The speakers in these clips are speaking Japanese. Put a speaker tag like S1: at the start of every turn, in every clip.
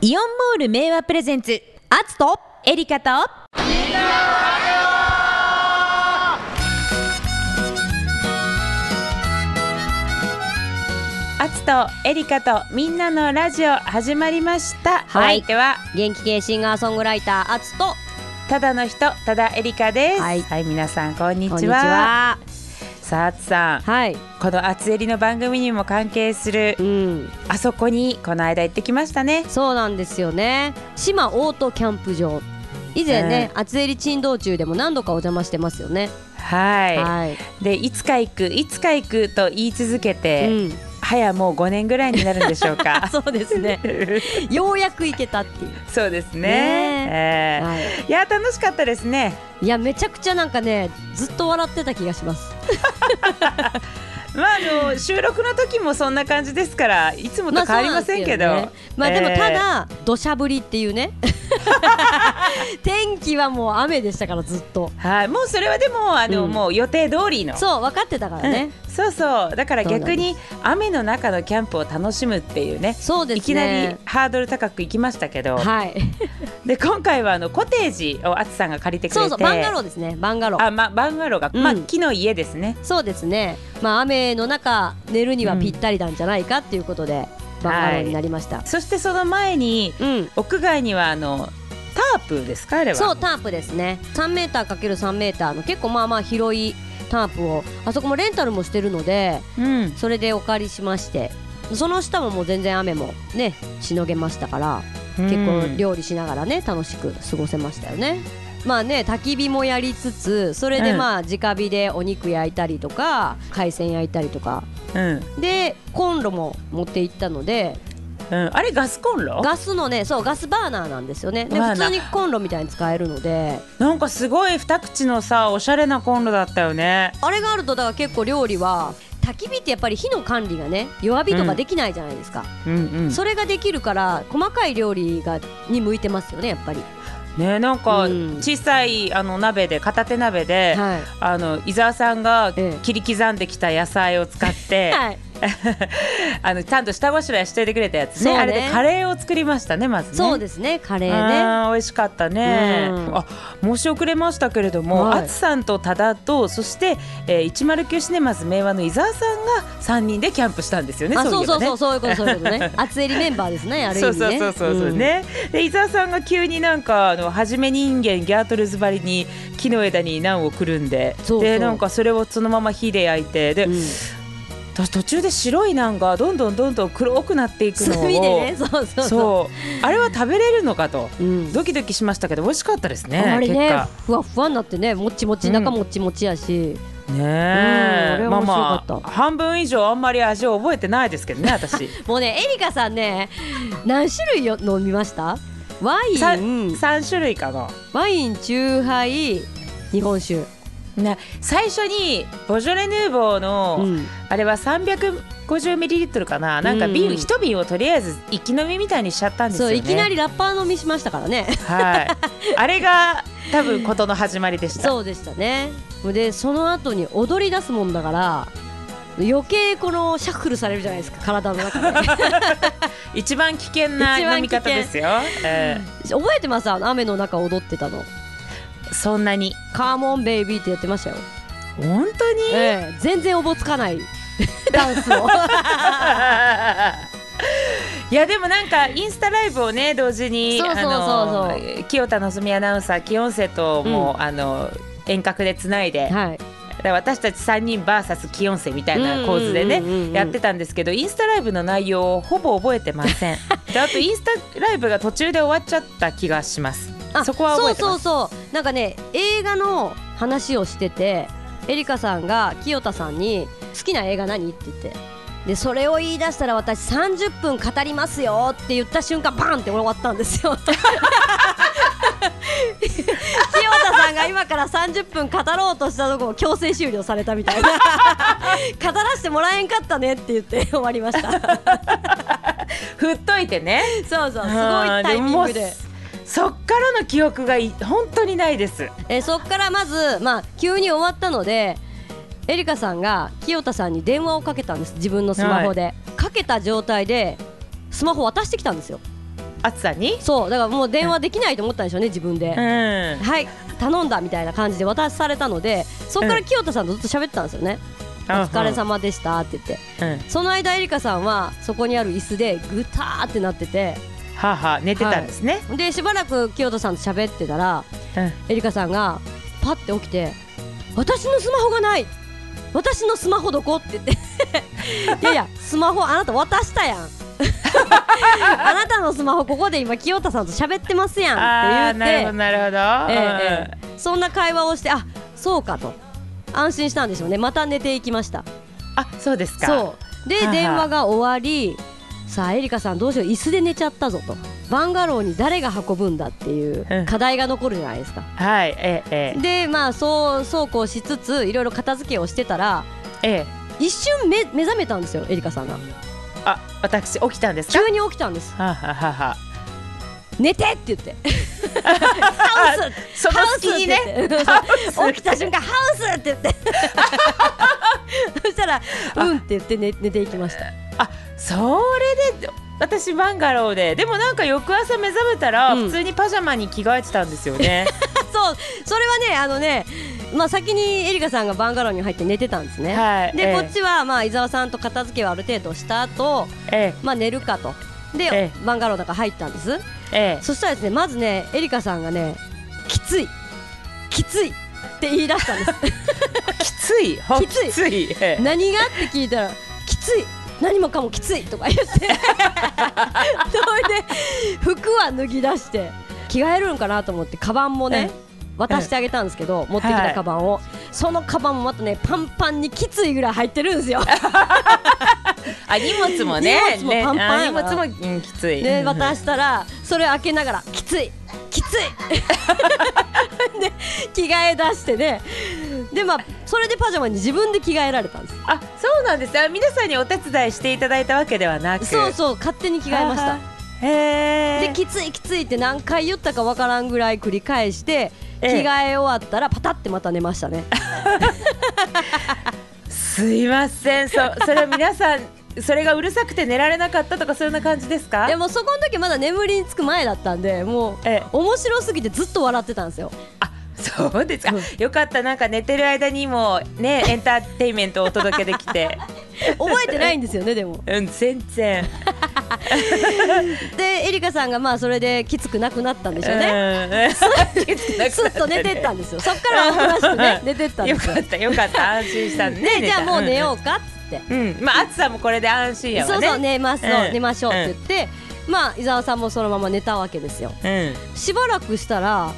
S1: イオンモール名和プレゼンツアツとエリカと
S2: アツとエリカとみんなのラジオ始まりました、
S3: はい
S2: お相手は
S3: 元気系シンガーソングライターアツと
S2: ただの人ただエリカですは、
S3: はいい
S2: 皆さんこんにち
S3: こ
S2: は
S3: んにちは
S2: さあアツさん
S3: はい
S2: このアツエリの番組にも関係する
S3: うん
S2: あそこにこの間行ってきましたね
S3: そうなんですよね島オートキャンプ場以前ね、厚襟珍道中でも何度かお邪魔してますよね。
S2: はい、
S3: はい。
S2: でいつか行くいつか行くと言い続けて、
S3: うん。
S2: 早もう5年ぐらいになるんでしょう
S3: あ
S2: か
S3: そうです ね。ようやく行けたっていう。
S2: そうですね
S3: ね
S2: えー
S3: はい
S2: や楽しかったですね
S3: い。いやめちゃくちゃなんかねずっと笑ってた気がします。
S2: まああの収録の時もそんな感じですからいつもと変わりませんけど、
S3: まあそうなんですけどねまあでも
S2: えー
S3: ただ土砂降りってい うね。天気はもう雨でしたからずっと。
S2: はい、もうそれはでもあの、
S3: うん
S2: もう予定通りの
S3: そう分かってたからね。
S2: うんそうそうだから
S3: そうなん
S2: 逆
S3: です
S2: に雨の中のキャンプを楽しむっていうね
S3: そうですね。
S2: いきなりハードル高く行きましたけど、
S3: はい。
S2: で今回はあのコテージをあつさんが借りてくれて
S3: そうそうバンガローですねバンガロー
S2: あ、ま、バンガローが、
S3: うん
S2: まあ、木の家ですね
S3: そうですねまあ雨の中寝るにはぴったりなんじゃないかっていうことで、バンガローになりました、
S2: そしてその前に
S3: うん
S2: 屋外にはあのタープですかあれは
S3: そうタープですね3メーター ×3 メーターの結構まあまあ広いタープをあそこもレンタルもしてるので
S2: うん、
S3: それでお借りしましてその下ももう全然雨もねしのげましたから結構料理しながらね楽しく過ごせましたよね。まあね焚き火もやりつつそれでまあ直火でお肉焼いたりとか海鮮焼いたりとか
S2: うん
S3: でコンロも持って行ったので
S2: うん、あれガスコンロ
S3: ガスのねそうガスバーナーなんですよねで
S2: バーナー
S3: 普通にコンロみたいに使えるので
S2: なんかすごい二口のさおしゃれなコンロだったよね
S3: あれがあるとだから結構料理は焚き火ってやっぱり火の管理がね弱火とかできないじゃないですか、
S2: うんうん
S3: それができるから細かい料理がに向いてますよねやっぱり、
S2: ねなんか
S3: うん
S2: 小さいあの鍋で片手鍋で、
S3: はい
S2: あの伊沢さんが
S3: ええ
S2: 切り刻んできた野菜を使って、
S3: はい、
S2: あのちゃんと下ごしらえしててくれたやつね
S3: そうね
S2: あれでカレーを作りましたねまずね
S3: そう
S2: す
S3: ですねカレーね
S2: 美味しかったね、
S3: うん
S2: あ申し遅れましたけれども、
S3: はい
S2: あつさんと多田とそして、えー、109シネマズ名和の伊沢さんが三人でキャンプしたんですよね
S3: あそう
S2: いえば
S3: そう
S2: ね
S3: そうそういうことそういうこ とね厚襟メンバーですねある意
S2: そう
S3: 味
S2: そう
S3: ね
S2: そうそうそう、
S3: ん
S2: ねで伊沢さんが急になんかあの初め人間ギャートルズばりに木の枝に難をくるんで
S3: そうそう
S2: でなんかそれをそのまま火で焼いてで、
S3: うん
S2: 私途中で白い難がどんどんどんどん黒くなっていくのを
S3: 炭でねそうそうそう
S2: そうあれは食べれるのかと
S3: うん
S2: ドキドキしましたけど美味しかったですね
S3: あまり
S2: 結
S3: ね
S2: 果
S3: ふわふわになってねもっちもち中もっちもちやし、
S2: ね
S3: あ
S2: え
S3: れ
S2: まあ
S3: は美味しか
S2: ま
S3: った
S2: あ半分以上あんまり味を覚えてないですけどね 私
S3: もうねエリカさんね何種類よ飲みましたワイ
S2: さ
S3: ン
S2: 三種類かな
S3: ワインチューハイ日本酒、
S2: ね、最初にボジョレ・ヌーボーの、
S3: うん
S2: あれは 350ml かななんか
S3: うん
S2: 瓶
S3: うん
S2: 一、瓶をとりあえず一気飲みみたいにしちゃったんですよ
S3: そう
S2: ね
S3: いきなりラッパー飲みしましたからね
S2: はいあれが多分ことの始まりでした
S3: そうでしたねでその後に踊り出すもんだから余計このシャッフルされるじゃないですか体の中で
S2: 一番危険な
S3: 一番
S2: 飲み方ですよ、え
S3: 覚えてますあの雨の中踊ってたの
S2: ーそんなに
S3: カーモンベイビーってやってましたよ、
S2: 本当に、
S3: ええ全然おぼつかないダンス を
S2: いやでもなんかインスタライブをね同時に
S3: そうそうそうそう
S2: あの清田のぞみアナウンサーキヨンセとも、あの遠隔でつないで、
S3: はい
S2: だから私たち3人 VS 気温生みたいな構図で
S3: うんうんうんうんう
S2: ね
S3: ん
S2: やってたんですけどインスタライブの内容をほぼ覚えてません であとインスタライブが途中で終わっちゃった気がします
S3: あ
S2: そこは覚えてます
S3: そうそうそうなんかね映画の話をしててエリカさんが清田さんに「好きな映画何?」って言ってでそれを言い出したら私30分語りますよって言った瞬間バンって終わったんですよ清田さんが今から30分語ろうとしたとこを強制終了されたみた いな語らせてもらえんかったねって言って終わりました
S2: 振っといてね
S3: そうそうすごい
S2: うん
S3: タイミング
S2: でも
S3: で
S2: もうそっからの記憶がい本当にないです
S3: えーそこからまず、まあ、急に終わったのでエリカさんが清田さんに電話をかけたんです自分のスマホで、かけた状態でスマホ渡してきたんですよ
S2: 暑さに
S3: そうだからもう電話できないと思ったんでしょうね自分で、
S2: うん
S3: はい頼んだみたいな感じで渡されたのでそこから清田さんとずっと喋ってたんですよね、お疲れ様でしたって言って
S2: うん
S3: その間エリカさんはそこにある椅子でぐたーってなってて
S2: はあはあ寝てたんですね、
S3: でしばらく清田さんと喋ってたら
S2: うん
S3: エリカさんがパッて起きて「私のスマホがない私のスマホどこ?」って言って 「いやいやスマホあなた渡したやん」 あなたのスマホここで今清田さんと喋ってますや
S2: ああ
S3: んって
S2: なるほ
S3: 言
S2: ど
S3: って
S2: なるほど、
S3: ええええそんな会話をしてあそうかと安心したんでしょうねまた寝ていきました
S2: うんあそうですか
S3: そう
S2: はあ
S3: で
S2: はあ
S3: 電話が終わりさあエリカさんどうしよう椅子で寝ちゃったぞとバンガローに誰が運ぶんだっていう
S2: うん
S3: 課題が残るじゃないですか、
S2: はいえええ
S3: でまあそうそうこうしつついろいろ片付けをしてたら
S2: えええ
S3: 一瞬目目覚めたんですよエリカさんが
S2: あ私起きたんですか
S3: 急に起きたんです
S2: はあはあはあはあ
S3: 寝てっ て言ってハウス
S2: その
S3: ハウス
S2: 隙
S3: って
S2: に
S3: 言
S2: ね
S3: っ て
S2: ウス
S3: 起きた瞬間ハウスって言って そしたらうんって言って寝寝ていきました
S2: それで私バンガローででもなんか翌朝目覚めたら
S3: うん
S2: 普通にパジャマに着替えてたんですよ ね、
S3: そうそれはねあのねまあ先にエリカさんがバンガローに入って寝てたんですね、
S2: はい
S3: で、
S2: ええ
S3: こっちはまあ伊沢さんと片付けはある程度した後
S2: え
S3: まあ寝るかとで、
S2: え
S3: バンガローの中入ったんです
S2: ええ
S3: そしたらですねまずねエリカさんがねきついきついって言い出したんです
S2: えきついほん
S3: きつい
S2: きつい、ええ
S3: 何がって聞いたらきつい何もかもきつい とか言ってそれで服は脱ぎ出して着替えるんかなと思ってカバンもね
S2: え
S3: 渡してあげたんですけど持ってきたカバンを、そのカバンもまたねパンパンにきついぐらい入ってるんですよ
S2: あ荷物もね
S3: 荷物もパンパンや
S2: ね
S3: か
S2: あ
S3: ら
S2: 荷物も、うん、きつい
S3: で
S2: うん
S3: 渡したらそれ開けながらきついきつい で着替え出してねでまあそれでパジャマに自分で着替えられたんです
S2: あそうなんですあ皆さんにお手伝いしていただいたわけではなく
S3: そうそう勝手に着替えまし
S2: は
S3: た
S2: あへえ
S3: できついきついって何回言ったかわからんぐらい繰り返して着
S2: ええ
S3: 替え終わったらパタってまた寝ましたね
S2: すいませ んそそれは皆さんそれがうるさくて寝られなかったとかそんな感じですか
S3: でもそこの時まだ眠りにつく前だったんでもう
S2: ええ
S3: 面白すぎてずっと笑ってたんですよ
S2: あそうですか、
S3: うん
S2: よかったなんか寝てる間にも ねエンターテインメントをお届けできて
S3: 覚えてないんですよねでも
S2: うん全然
S3: でエリカさんがまあそれできつくなくなったんでしょうね
S2: うん気づかなくなった
S3: すっと寝てったんですよ。そっからはおとなしくね、寝てったんで
S2: よ
S3: すよ。
S2: かったよかった安心したね
S3: で、
S2: 寝
S3: じ
S2: た
S3: ゃあもう寝ようかっつっ
S2: う
S3: て。
S2: ん、うんまあ暑さもこれで安心や
S3: そ
S2: わ
S3: う
S2: ね
S3: そう、寝ます
S2: う
S3: よ、
S2: ん
S3: 寝ましょうって言って、まあ、伊沢さんもそのまま寝たわけですよ。
S2: うん
S3: しばらくしたら、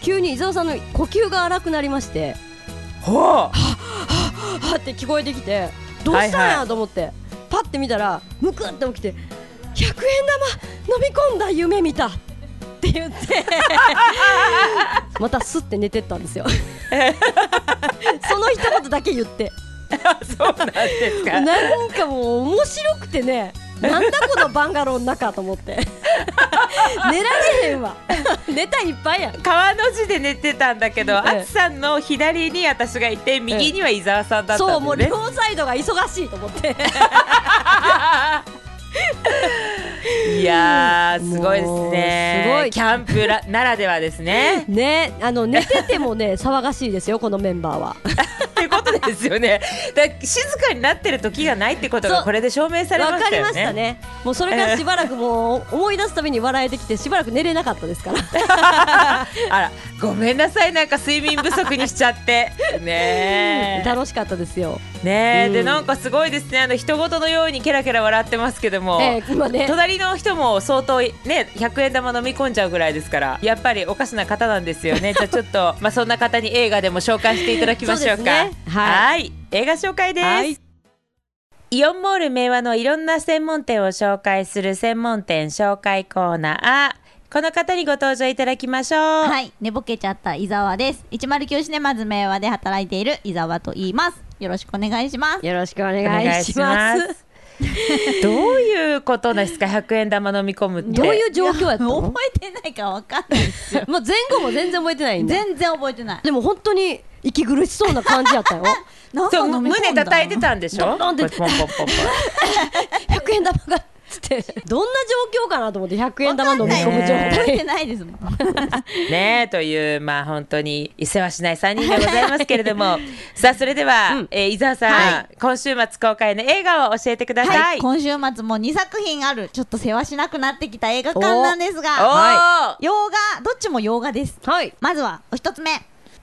S3: 急に伊沢さんの呼吸が荒くなりまして、
S2: ほ
S3: はって聞こえてきて、どうしたん
S2: はいは
S3: やと思って、パッて見たら、むくって起きて、100円玉飲み込んだ夢見たって 言って、またすって寝てったんですよ。その一言だけ言って。
S2: う そうなんですか
S3: なんかもう面白くてねなんだこのバンガローの中と思って 寝られへんわネタいっぱいやん
S2: 川の字で寝てたんだけど、
S3: ええ
S2: あつさんの左に私がいて、右には伊沢さんだったんだ
S3: そう
S2: よ
S3: もう
S2: ね。
S3: 両サイドが忙しいと思って
S2: いやー、すごいですね。
S3: もうすごい。
S2: キャンプらならではですね
S3: ねあの寝てて もね騒がしいですよこのメンバーは
S2: っていうことですよね。だから静かになってる時がないってことが
S3: そう
S2: これで証明されま
S3: わ
S2: し
S3: か
S2: た
S3: り
S2: よね。
S3: ましたねもうそれからしばらくもう思い出すたびに笑えてきてしばらく寝れなかったですから
S2: あら、ごめんなさい、なんか睡眠不足にしちゃ って。ねえ。
S3: 楽しかったですよ、
S2: ねえ、
S3: う
S2: で、
S3: ん
S2: なんかすごいですね。あの人事のようにケラケラ笑ってますけども。
S3: えー、今ね
S2: 隣の人も相当ね100円玉飲み込んじゃうぐらいですからやっぱりおかしな方なんですよねじゃあちょっとまあそんな方に映画でも紹介していただきましょうか
S3: そうですねはい
S2: 映画紹介です、
S3: はい
S2: イオンモール明和のいろんな専門店を紹介する専門店紹介コーナーこの方にご登場いただきましょうはい、
S1: はい、寝ぼけちゃった伊沢です。109シネマズ名和で働いている伊沢と言います。よろしくお願いします。
S3: よろしくお願いします
S2: お願いします どういうことですか100円玉飲み込むって
S3: どういう状況やった
S1: い
S3: の。
S1: 覚えてないからわかんないですよ
S3: もう前後も全然覚えてないんで
S1: 全然覚えてない。
S3: でも本当に息苦しそうな感じや ったよ
S1: なんか
S2: そう
S1: 飲み込んだ
S2: 胸叩いてたんでしょ
S3: ドンドンって
S2: ポンポンポンポン
S3: 100円玉がつってどんな状況かなと思って100円玉飲み込む状
S2: わかん
S1: 覚
S3: 態
S1: えてないですもん。
S2: ねえというまあ本当に伊勢はしない3人でございますけれど もさあそれでは、
S3: うん
S2: えー伊沢さん、
S1: は
S2: 今週末公開の映画を教えてくださ。
S1: はいい、今週末も2作品あるちょっと世話しなくなってきた映画館なんです
S2: おー
S1: が洋画どっちも洋画 です
S3: はい
S1: まずはお一つ目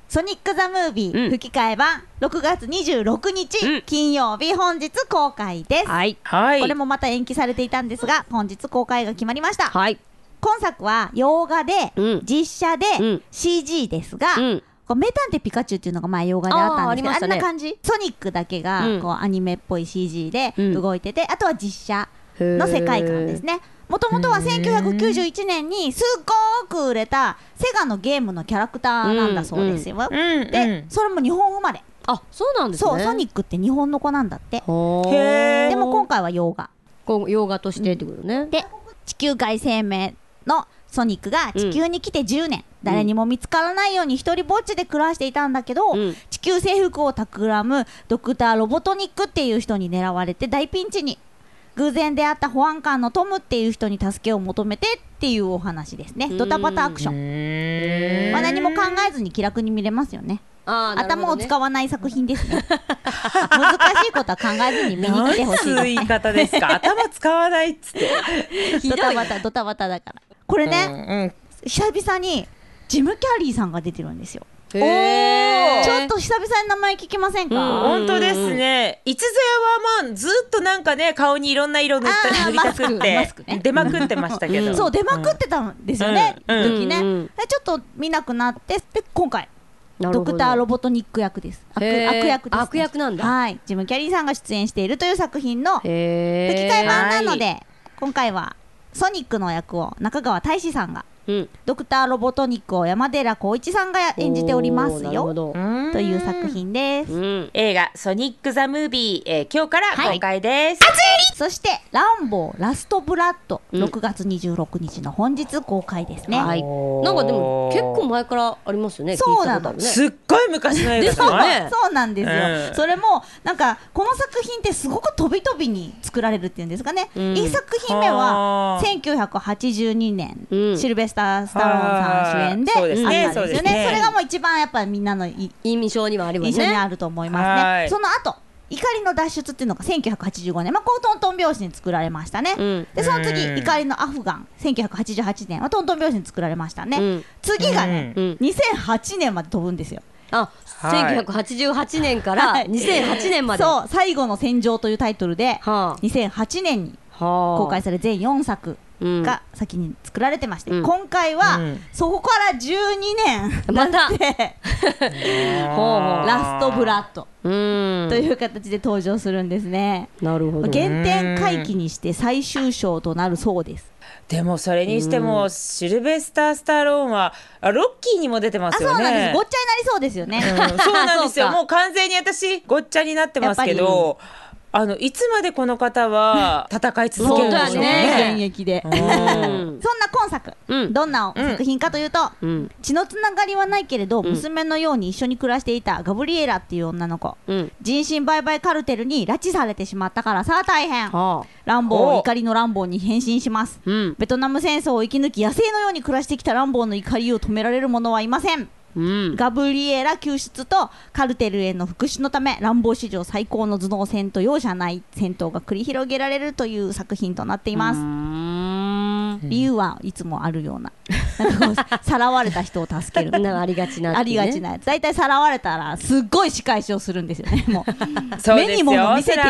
S1: ソニック・ザ・ムービ
S3: うん
S1: ー吹き替え版6月26日、
S3: うん
S1: 金曜日本日公開です、
S3: はい
S2: はい
S1: これもまた延期されていたんですが本日公開が決まりました、
S3: はい
S1: 今作は洋画で、
S3: うん
S1: 実写で、
S3: うん
S1: CG ですが、
S3: うん
S1: こう名探偵ピカチュウっていうのが前洋画であったんですけど
S3: あーありま
S1: あ,、
S3: した
S1: ん
S3: ね
S1: な感じソニックだけが
S3: うん
S1: こうアニメっぽい CG で
S3: うん
S1: 動いてて、あとは実写の世界観ですねもともとは1991年にすっごく売れたセガのゲームのキャラクターなんだそうですよ、
S2: うんうん、
S1: で、それも日本生まれ、
S3: あそうなんですね
S1: そうソニックって日本の子なんだって
S2: へー
S3: へ
S1: でも今回は洋画
S3: こう洋画としてってことね
S1: で地球外生命のソニックが地球に来て10年、誰にも見つからないように一人ぼっちで暮らしていたんだけど、
S3: うん
S1: 地球征服を企むドクター・ロボトニックっていう人に狙われて大ピンチに偶然出会った保安官のトムっていう人に助けを求めてっていうお話ですね
S3: うん
S1: ドタバタアクション、
S2: うーん
S1: まあ、何も考えずに気楽に見れますよね
S3: あーなるほ
S1: 頭
S3: ど
S1: を
S3: ね
S1: 使わない作品ですね 難しいことは考えずに見に来 てほしいです
S2: なんつう言い方ですか頭使わないっつって
S1: ドタバタドタバタだからこれ ね、
S2: ね、
S1: 久々にジム・キャリーさんが出てるんですよ
S3: へー
S1: ちょっと久々に名前聞きません
S2: うん
S1: か、
S3: うん
S2: 本当ですねいつぞやはまあずっとなんかね顔にいろんな色塗った
S1: あー
S2: 塗りたくっ
S1: マ
S2: て
S1: スクマスクね
S2: 出まくってましたけど、
S1: そう出まくってたんですよね、
S2: うん
S1: 一時ね、
S3: うんうん
S1: でちょっと見なくなってで今回
S3: なる
S1: ド
S3: ほど
S1: クター・ロボトニック役です悪
S3: へー
S1: 悪役です、
S3: 悪役なんだ
S1: はいジム・キャリーさんが出演しているという作品の吹き替
S3: へー
S1: え版なので、今回はソニックの役を中川大志さんが
S3: うん
S1: ドクター・ロボトニックを山寺宏一さんが演じております
S3: おーなるほ
S1: よ
S3: ど
S2: うん
S1: という作品です
S3: うん
S2: 映画「ソニック・ザ・ムービー」えー今日から公開です、
S1: そして「ランボーラストブラッド」
S3: うん
S1: 6月26日の本日公開ですね、
S3: はい
S2: おー
S3: なんかでも結構前からありますよね
S1: そうな
S3: 聞いたこ
S1: の
S3: とあるね
S2: すっごい昔の映画じゃない
S3: ですよね
S1: そうなんですよ、
S2: うん
S1: それもなんかこの作品ってすごく飛び飛びに作られるっていうんですかね、
S3: うん
S1: 一作品目は
S2: はあ
S1: 1982年、
S3: うん
S1: シルベスター・スタローンさん主演であ
S2: は
S1: っ
S2: い
S1: たんですよね,、
S2: そう
S1: そ
S2: ですねそうですね
S1: れがもう一番やっぱみんなのい
S3: 印象にはありま
S1: 印
S3: す
S1: 象に
S3: ね
S1: あると思いますね、
S2: はい
S1: その後怒りの脱出っていうのが1985年、まあ、こうトントン拍子に作られましたね、
S3: うん
S1: でその次、
S2: うん
S1: 怒りのアフガン1988年はトントン拍子に作られましたね、
S3: うん
S1: 次がね、
S3: うん
S1: 2008年まで飛ぶんですよ
S3: あ、
S2: はい
S3: 1988年から
S1: はい
S3: 2008年まで。
S1: そう「最後の戦場」というタイトルで
S3: は
S1: 2008年に
S3: あ、はあ、
S1: 公開され全4作
S3: うん
S1: が先に作られてまして、
S3: うん
S1: 今回は、
S2: うん
S1: そこから12年
S3: また
S1: 経って
S3: ほうほ
S1: 「ラストブラッド」
S3: うん。
S1: という形で登場するんですね、
S3: なるほど。
S1: 原点回帰にして最終章となるそうです
S2: でもそれにしてもシルベスター・スタローンはあロッキーにも出てま
S1: あ
S2: す
S1: そう
S2: よ
S1: なん
S2: ね
S1: ですごっちゃになりそうですよ
S2: う
S1: ね、
S2: んそうなんです よ
S3: そうか
S2: もう完全に私ごっちゃになってますけどあのいつまでこの方 は戦い続けるんでしょう
S3: ね
S1: 現
S2: ね。
S1: 役で、
S2: う
S1: そん
S2: ん
S1: な今作、
S3: うん
S1: どんな作品かというと、
S3: うん。
S1: 血のつながりはないけれど、娘のように一緒に暮らしていたガブリエラっていう女の子、
S3: うん。
S1: 人身売買カルテルに拉致されてしまったからさあ大変
S3: はあ。
S1: ランボー
S2: お
S1: 怒りのランボーに変身します
S3: うん。
S1: ベトナム戦争を生き抜き野生のように暮らしてきたランボーの怒りを止められる者はいません
S3: うん。
S1: ガブリエラ救出とカルテルへの復讐のため乱暴史上最高の頭脳戦と容赦ない戦闘が繰り広げられるという作品となっています、
S3: ま
S1: 理由はいつもあるようななんかこうさらわれた人を助け る
S3: なんかありがちな、
S1: ありがち。なやつ大体さらわれたらすっごい仕返しをするんですよねも
S2: そ
S1: う
S2: うですよ
S1: 目にも見せてや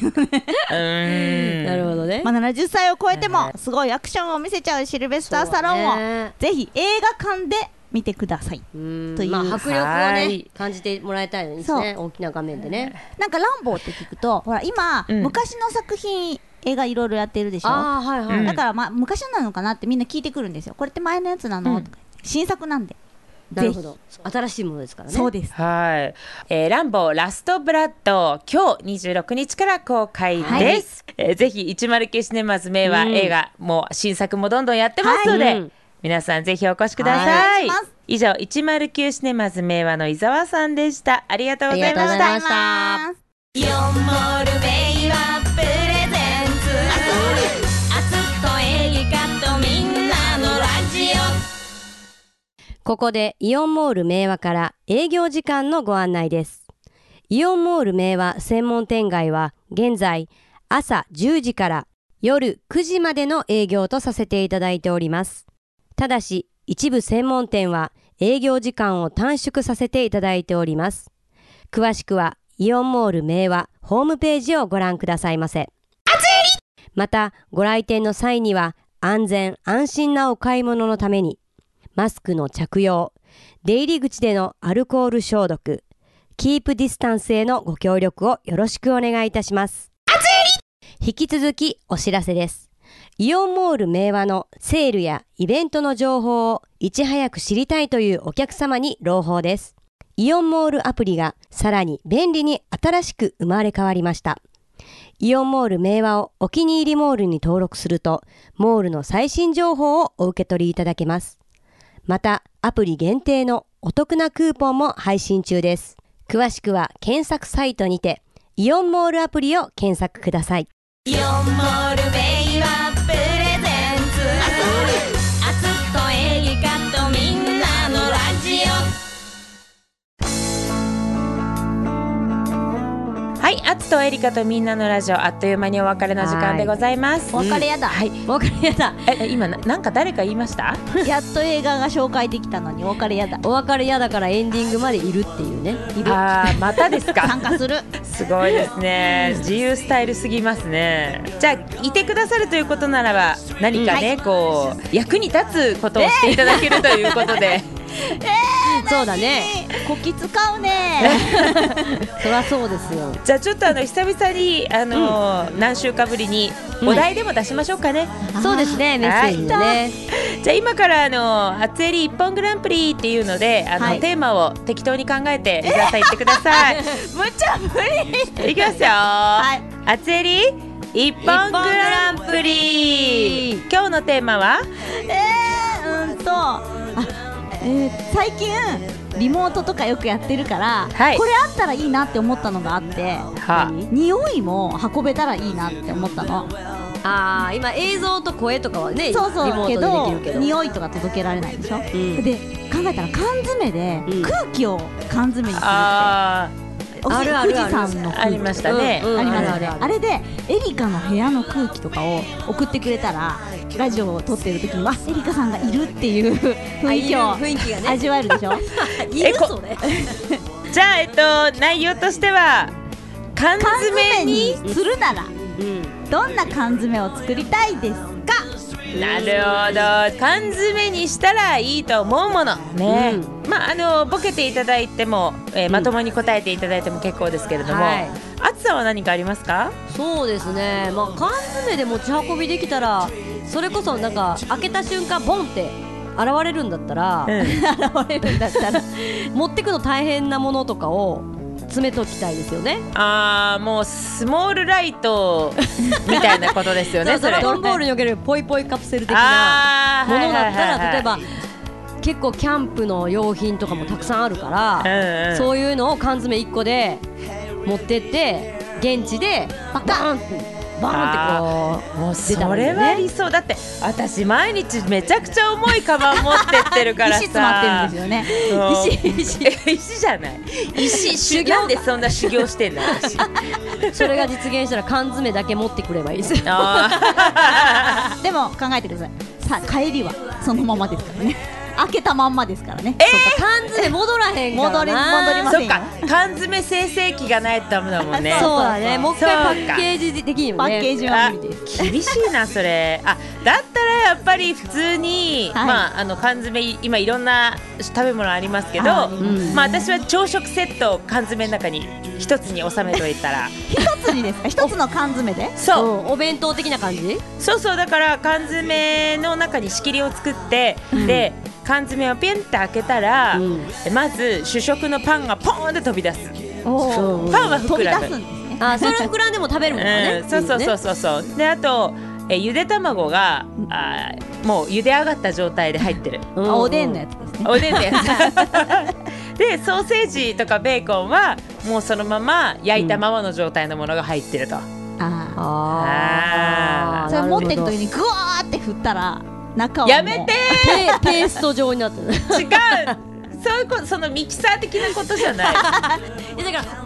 S1: るぐらい
S2: うん
S3: なるほどね。
S1: まあ、70歳を超えてもすごいアクションを見せちゃうシルベスター・スタロー
S3: そう
S1: ンを、
S3: ね
S1: ぜひ映画館で見てください
S3: うん
S1: という
S3: まあ迫力を
S2: は
S3: ね
S2: い
S3: 感じてもらいたいですね大きな画面でね
S1: なんか「ランボー」って聞くとほら今、
S2: うん
S1: 昔の作品映画いろいろやってるでしょ
S3: ああはいはい、
S2: うん
S1: だから、まあ、昔のなのかなってみんな聞いてくるんですよこれって前のやつなの、
S2: うん
S1: とか新作なんで
S3: な
S1: ぜ
S3: る
S1: ひ
S3: ほど新しいものですからね
S1: そうです
S2: はい、えー、ランボーラストブラッド今日26日から公開です、えーぜひ109シネマズ名は
S3: うん
S2: 映画、もう新作もどんどんやってますので、
S3: はいうん
S2: 皆さんぜひお越しくださ
S1: はい
S2: い
S1: お願いします
S2: 以上109シネマズ名和の伊沢さんでしたありがとうございま
S3: ありがとうござ
S2: し
S3: いました
S2: た
S1: イオンモールベイはプレゼンツ
S3: ここでイオンモール明和から営業時間のご案内です。イオンモール明和専門店街は現在朝10時から夜9時までの営業とさせていただいております。ただし一部専門店は営業時間を短縮させていただいております。詳しくはイオンモール明和ホームページをご覧くださいませ。またご来店の際には安全安心なお買い物のためにマスクの着用、出入り口でのアルコール消毒、キープディスタンスへのご協力をよろしくお願いいたします。引き続きお知らせです。イオンモール明和のセールやイベントの情報をいち早く知りたいというお客様に朗報です。イオンモールアプリがさらに便利に新しく生まれ変わりました。イオンモール明和をお気に入りモールに登録すると、モールの最新情報をお受け取りいただけます。また、アプリ限定のお得なクーポンも配信中です。詳しくは検索サイトにて、イオンモールアプリを検索ください。
S4: イオンモールベイはプレゼンツあつとエリカとみんなのラジ
S2: はい、アツとエリカとみんなのラジオあっという間にお別れの時間でございます。
S1: お別れやだ、
S2: はい。
S3: もうこれやだ。
S2: え今ななんか誰か言いました？
S1: やっと映画が紹介できたのにお別 れやだ
S3: お別れやだからエンディングまでいるっていうね。いる
S2: あーまたです
S1: 参
S2: か。
S1: 加する
S2: すごいですね。自由スタイルすぎますね。じゃあいてくださるということならば何かね、こう役に立つことをしていただけるということで、
S3: そうだね。
S1: こき使 うね
S3: そりゃそうですよ。
S2: じゃあちょっとあの久々にあのー、何週かぶりにお題でも出しましょうかね。
S3: そうですね、メッセージにね。
S2: じゃあ今からあの厚襟一本グランプリっていうのであの、
S1: はい
S2: テーマを適当に考えて伊沢さん言ってくださ い。
S1: むちゃ無理
S2: いきますよ。
S1: い
S2: 厚襟一本グランプリ。今日のテーマは
S1: えー、うんとあ、えー最近リモートとかよくやってるから、
S2: はい
S1: これあったらいいなって思ったのがあって
S2: は
S1: 匂いも運べたらいいなって思ったの
S3: ああ、今映像と声とかはね、
S1: そうそ
S3: リモ
S1: う
S3: ー
S1: け
S3: ト
S1: ど
S3: でできるけど。
S1: 匂いとか届けられないでしょ、
S3: ん
S1: で考えたら缶詰で
S3: うん
S1: 空気を缶詰にするって、
S2: あ
S1: お
S3: あるあ
S1: 富
S3: る
S1: 士
S3: ある
S1: 山の
S2: ああ
S1: 空
S2: り
S1: 気
S2: ましたね。
S3: うんうん
S1: あります
S3: あ
S1: よ
S3: る
S1: ね
S3: ある
S1: あれでエリカの部屋の空気とかを送ってくれたらラジオを撮ってる時にわエリカさんがいるっていう雰囲気を
S3: あいい雰囲気がね
S1: 味わえるでしょ
S3: い
S2: え
S3: る
S2: こ
S3: それ。
S2: じゃあえっと内容としては缶
S1: 缶
S2: 詰
S1: 詰に
S2: に。
S1: するなら
S3: うん。
S1: どんな缶詰を作りたいですか
S2: なるほど缶詰にしたらいいと思うものね、まああのボケていただいても、えーまともに答えていただいても結構ですけれども、
S3: はい
S2: 暑さは何かありますか
S3: そうですね、まあ、缶詰で持ち運びできたらそれこそなんか開けた瞬間ボンって現れるんだったら、
S2: うん
S3: 現れるんだったら持ってくの大変なものとかを詰めときたいですよね
S2: あーもうスモールライトみたいなことですよねそ
S3: そう
S2: れ
S3: その段ボールにおけるポイポイカプセル的な
S2: あー
S3: ものだったら、
S2: はいはいはい
S3: 例えば結構キャンプの用品とかもたくさんあるから、
S2: うんうん
S3: そういうのを缶詰1個で持ってって現地でバカンってバーンってこう
S2: もう
S3: 出た
S2: そ
S3: らいい
S2: れ
S3: よ
S2: は
S3: ね
S2: 理想だって私毎日めちゃくちゃ重いカバン持ってってるからさ
S1: 石詰まってるんですよね
S2: 石石石じゃない石修行なんでそんな修行してんの私
S3: それが実現したら缶詰だけ持ってくればいいですよ
S2: あ
S1: でも考えてくださいさあ帰りはそのままですからね 開けたまんまですからね
S3: 缶詰戻らへんからな
S1: 戻り 戻り
S2: ー
S1: ま
S2: そ
S1: せん
S2: っ
S1: よ
S2: か缶詰生成器がないとダメだもんね
S1: す
S3: そうだね
S1: そうそう
S3: もう一回パッケージ的にも
S1: パ
S3: ね
S1: ッケージは
S2: あ
S1: 無理です
S2: 厳しいなそれあだったらやっぱり普通に、
S1: はい
S2: まああの缶詰今いろんな食べ物ありますけど
S1: あーあり
S3: ますね
S2: まあ私は朝食セットを缶詰の中に一つに収めといたら
S1: 一つにですか一つの缶詰で
S2: そう
S3: うんお弁当的な感じ
S2: そうそうだから缶詰の中に仕切りを作って、で缶詰をピンって開けたら、
S3: うん
S2: まず主食のパンがポーンって飛び出す、
S3: そう
S2: パンは
S1: 飛
S2: 膨
S1: び出
S2: ら
S1: すん
S2: む
S1: ですね
S3: あそれ膨らんでも食べるもんね、
S2: うん、そうそうそうそうそう、であとえーゆで卵があーもうゆで上がった状態で入ってる
S3: う
S1: あおでんのや
S3: つ
S1: つですね
S2: おでんの やつでソーセージとかベーコンはもうそのまま焼いたままの状態のものが入ってると、
S1: あ
S3: あ
S2: あ
S3: ー
S1: あそれ持ってる
S3: なる
S1: 時にグワーって振ったら中はもう
S2: やめて
S3: ペペースト状になってる
S2: 違うそういうことそのミキサー的なことじゃない
S3: いやだから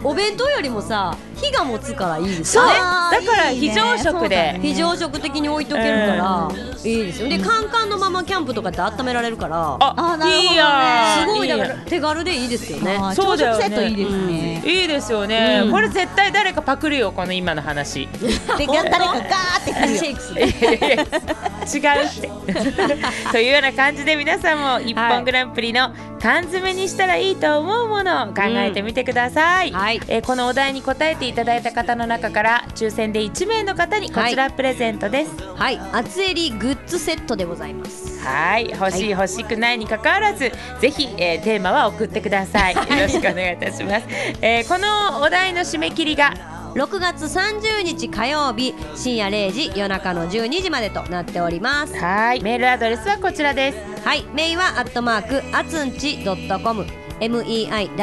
S3: お弁当よりもさ火が持つからいいです
S2: そう
S3: よ
S2: ね
S3: ね
S1: あー
S2: だから
S1: いいね
S2: 非常
S1: そう
S2: 食
S1: だ
S2: で、
S1: ね
S3: 非常食的に置いとけるから、いいですよでカンカンのままキャンプとかって温められるから
S1: あ
S2: あ
S1: なるほどね
S2: いいや
S3: すごいだか
S2: い
S3: ら手軽でいいですよね
S1: あー
S2: そうだよね
S1: 朝食セットいいですね、
S2: いいですよね、
S3: うん
S2: これ絶対誰かパクるよこの今の 話い
S1: で誰かガーって来
S3: シェ
S1: るよ
S3: イクす
S2: やいや
S3: る
S2: 違うって というような感じで皆さんも「一本グランプリ」の缶詰にしたらいいと思うものを考えてみてください、
S3: うんはい
S2: えーこのお題に答えていただいた方の中から抽選で1名の方にこちらプレゼントです、
S3: はい厚襟グッズセットでございます
S2: はい、欲しい、欲しくないに関わらず、ぜひ、えーテーマは送ってください。よろしくお願いいたします。えーこのお題の締め切りが、
S3: 6月30日火曜日深夜0時夜中の12時までとなっております
S2: はい、メールアドレスはこちらです。
S3: はいメイはアットマークあつんち .com meiwa アッ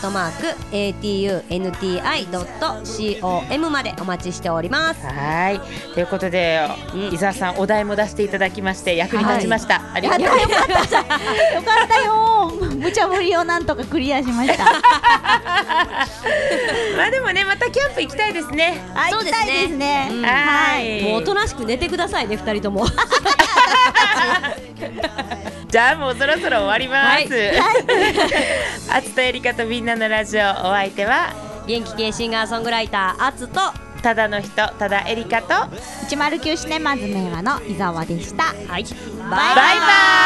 S3: トマーク atunti.com までお待ちしております
S2: はい、ということで、
S3: うん
S2: 伊沢さん、お題も出していただきまして、役に立ちました。ありがとうございます。
S1: よかったよ無茶ぶりをなんとかクリアしました
S2: まあ、でもね、またキャンプ行きたいですね。
S1: あ行きたいですね
S3: うん
S2: は
S1: はい
S2: い、
S3: もうおとなしく寝てくださいね二人とも は
S2: じゃあ、もうそろそろ終わります。
S3: は
S2: あつとえりかとみんなのラジオ、お相手は、
S3: 元気系シンガーソングライターあつと
S2: ただの人、ただえりかと。
S1: 109シネマズ名和の伊沢でした
S3: はいバイ
S1: バ
S2: バ
S1: イバ
S2: イバイ